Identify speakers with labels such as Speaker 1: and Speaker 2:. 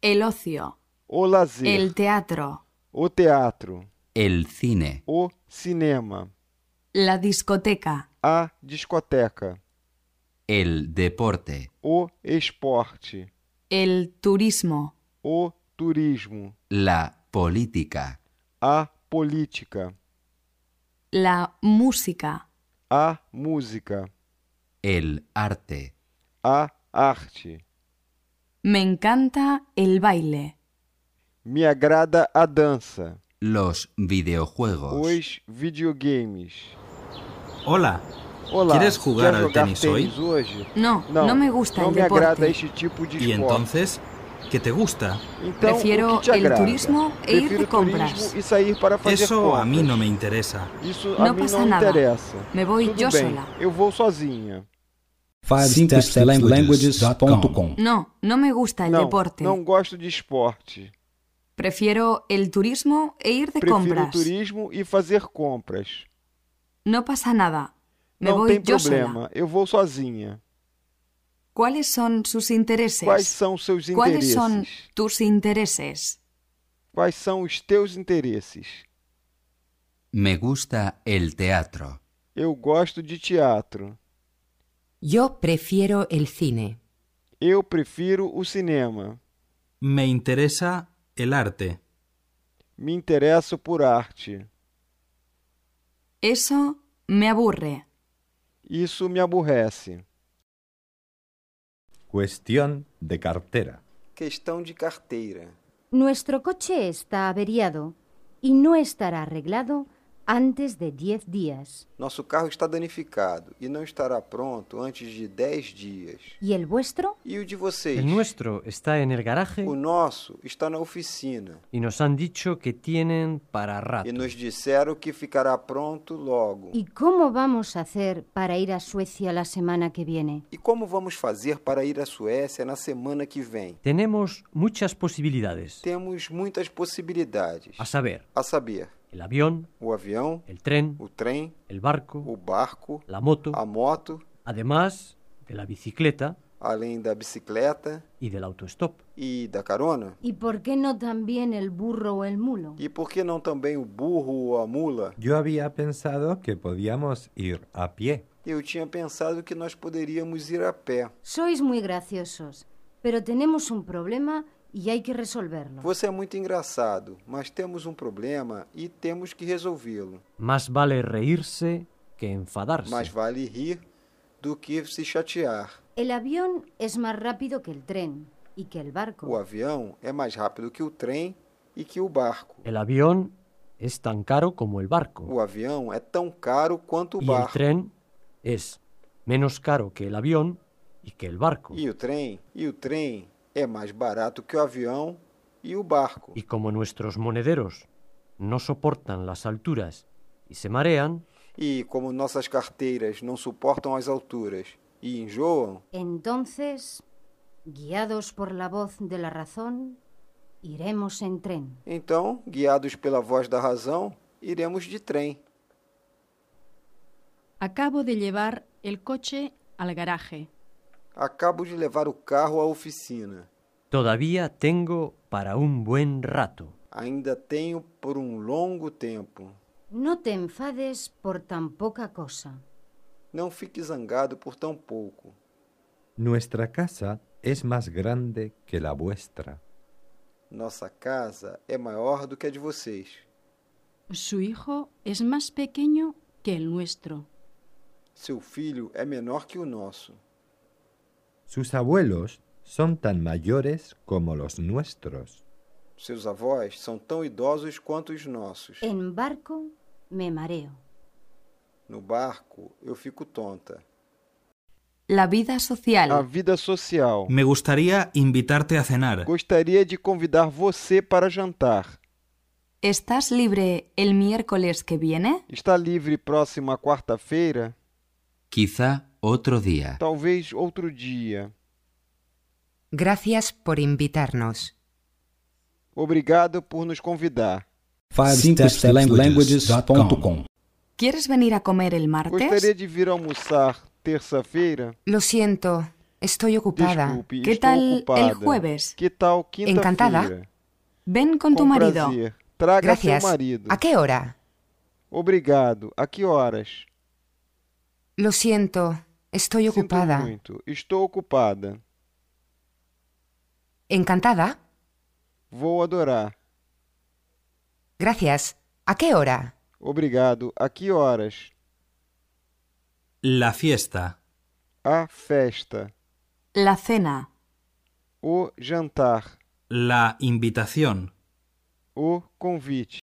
Speaker 1: el ocio,
Speaker 2: o lazer,
Speaker 1: el teatro,
Speaker 2: o teatro,
Speaker 3: el cine,
Speaker 2: o cinema,
Speaker 1: la discoteca,
Speaker 2: a discoteca,
Speaker 3: el deporte,
Speaker 2: o esporte,
Speaker 1: el turismo,
Speaker 2: o turismo,
Speaker 3: la política,
Speaker 2: a política,
Speaker 1: la música,
Speaker 2: a música,
Speaker 3: el arte,
Speaker 2: a arte.
Speaker 1: me encanta el baile,
Speaker 2: Me agrada a dança,
Speaker 3: los videojuegos,
Speaker 2: os videogames.
Speaker 4: Hola,
Speaker 2: Olá,
Speaker 4: Queres jogar
Speaker 2: quer
Speaker 4: ao
Speaker 2: jogar
Speaker 4: tênis
Speaker 2: tênis hoje?
Speaker 1: no, no, me gusta
Speaker 2: não
Speaker 1: el
Speaker 2: me agrada
Speaker 1: deporte,
Speaker 2: este tipo de
Speaker 4: ¿y
Speaker 2: esporte.
Speaker 4: entonces? ¿Qué te gusta?
Speaker 2: Então,
Speaker 1: prefiero
Speaker 2: o que te
Speaker 1: el
Speaker 2: agrada?
Speaker 1: turismo e ir
Speaker 2: Prefiro
Speaker 1: de compras,
Speaker 2: turismo e sair para fazer
Speaker 4: Eso
Speaker 2: compras.
Speaker 4: a
Speaker 5: pues.
Speaker 4: mí no me interesa.
Speaker 2: Isso a
Speaker 1: Não
Speaker 2: mim
Speaker 1: passa
Speaker 2: não
Speaker 1: nada.
Speaker 2: interessa.
Speaker 1: me voy yo
Speaker 2: Tudo bem,
Speaker 1: sola,
Speaker 2: eu vou sozinha.
Speaker 6: 5stepslanguages.com
Speaker 1: no, no me gusta el
Speaker 2: não,
Speaker 1: deporte,
Speaker 2: não gosto de esporte.
Speaker 1: prefiero el turismo e ir de
Speaker 2: Prefiro
Speaker 1: compras,
Speaker 2: turismo e fazer compras.
Speaker 1: no pasa nada, me
Speaker 2: não tem
Speaker 1: voy yo
Speaker 2: problema,
Speaker 1: sola.
Speaker 2: eu vou sozinha.
Speaker 1: ¿Cuáles son sus
Speaker 2: Quais
Speaker 1: intereses?
Speaker 2: são seus
Speaker 1: ¿Cuáles
Speaker 2: interesses?
Speaker 1: son tus intereses?
Speaker 2: Quais são os teus interesses?
Speaker 3: me gusta el teatro,
Speaker 2: Eu gosto de teatro.
Speaker 7: Yo prefiero el cine.
Speaker 2: Eu prefiro o cinema.
Speaker 4: Me interesa el arte.
Speaker 2: Me interesso por arte.
Speaker 1: Eso me aburre.
Speaker 2: Isso me aborrece.
Speaker 8: Cuestión de cartera.
Speaker 5: Questão de carteira.
Speaker 9: Nuestro coche está averiado y no estará arreglado antes de 10 días.
Speaker 5: Nosso carro está danificado e não estará pronto antes de 10 dias.
Speaker 9: ¿Y el vuestro?
Speaker 5: E o de vocês?
Speaker 10: El nuestro está en el garaje
Speaker 5: O nosso está na oficina
Speaker 10: y nos han dicho que tienen para rato.
Speaker 5: e nos disseram que ficará pronto logo.
Speaker 9: ¿Y cómo vamos a hacer para ir a Suecia la semana que viene?
Speaker 5: E como vamos fazer para ir à Suécia na semana que vem?
Speaker 10: Tenemos muchas posibilidades.
Speaker 5: Temos muitas possibilidades.
Speaker 10: A saber,
Speaker 5: A saber,
Speaker 10: el avión,
Speaker 5: o avião,
Speaker 10: el tren,
Speaker 5: o trem,
Speaker 10: el barco,
Speaker 5: o barco,
Speaker 10: la moto,
Speaker 5: a moto,
Speaker 10: además de la bicicleta
Speaker 5: além da bicicleta
Speaker 10: y del autostop.
Speaker 5: e da carona.
Speaker 9: ¿Y por qué no también el burro o el mulo?
Speaker 5: E por que não também o burro ou a mula?
Speaker 8: Yo había pensado que podíamos ir a pie.
Speaker 5: Eu tinha pensado que nós poderíamos ir a pé.
Speaker 9: Sois muy graciosos, pero tenemos un problema y hay que resolverlo.
Speaker 5: Você é muito engraçado, mas temos um problema e temos que resolvê-lo.
Speaker 10: Más vale reírse que enfadarse.
Speaker 5: Mas vale rir do que se chatear.
Speaker 9: El avión es más rápido que el tren y que el
Speaker 5: O
Speaker 9: barco.
Speaker 5: avião é mais rápido que o trem e que o barco.
Speaker 10: El avión es tan caro como el barco
Speaker 5: O avião é tão caro quanto o
Speaker 10: y el
Speaker 5: barco.
Speaker 10: tren es menos caro que el avión y que el barco.
Speaker 5: E o trem? E o trem é mais barato que o avião e o barco.
Speaker 10: Y como nuestros monederos no soportan las alturas y se marean,
Speaker 5: E como nossas carteiras não suportam as alturas e enjoam,
Speaker 9: Entonces, guiados por la voz de la razón, iremos en tren.
Speaker 5: então, guiados pela voz da razão, iremos de trem.
Speaker 11: Acabo de llevar el coche al garaje.
Speaker 5: Acabo de levar o carro à oficina.
Speaker 10: todavía tengo para un buen rato.
Speaker 5: Ainda tenho por um longo tempo.
Speaker 9: No te enfades por tan poca cosa.
Speaker 5: Não fique zangado por tão pouco.
Speaker 8: Nuestra casa es más grande que la vuestra.
Speaker 5: Nossa casa é maior do que a de vocês.
Speaker 11: Su hijo es más pequeño que el nuestro.
Speaker 5: Seu filho é menor que o nosso.
Speaker 8: Sus abuelos son tan mayores como los nuestros.
Speaker 5: Seus avós são tão idosos quanto os nossos.
Speaker 9: En barco me mareo.
Speaker 5: No barco, eu fico tonta.
Speaker 1: La vida social,
Speaker 5: Ah.
Speaker 2: A vida social.
Speaker 4: Me gustaría invitarte a cenar.
Speaker 2: Gostaria de convidar você para jantar.
Speaker 1: ¿estás libre el miércoles que viene?
Speaker 2: Está livre próxima quarta-feira?
Speaker 3: quizá otro día.
Speaker 2: Talvez outro dia.
Speaker 7: Gracias por invitarnos.
Speaker 2: Obrigado por nos convidar.
Speaker 6: 5stepslanguages.com
Speaker 1: ¿Quieres venir a comer el martes?
Speaker 2: Gostaria de vir almoçar terça-feira?
Speaker 7: Lo siento,
Speaker 1: Estoy ocupada.
Speaker 5: Desculpe,
Speaker 12: ¿Qué
Speaker 5: estou
Speaker 12: tal
Speaker 5: ocupada.
Speaker 12: el jueves?
Speaker 5: Que tal quinta-feira?
Speaker 1: Encantada.
Speaker 12: Ven con tu
Speaker 5: Com
Speaker 12: marido.
Speaker 5: prazer. Traga
Speaker 1: Gracias.
Speaker 5: seu marido.
Speaker 1: ¿A qué hora?
Speaker 5: Obrigado. A que horas?
Speaker 1: Lo siento. Estoy
Speaker 5: Sinto
Speaker 1: ocupada.
Speaker 5: muito. Estou ocupada.
Speaker 1: ¿Encantada?
Speaker 5: Vou adorar.
Speaker 1: Gracias. ¿A qué hora?
Speaker 5: Obrigado. A que horas?
Speaker 4: La fiesta.
Speaker 5: A festa.
Speaker 12: La cena.
Speaker 5: O jantar.
Speaker 4: La invitación.
Speaker 5: O convite.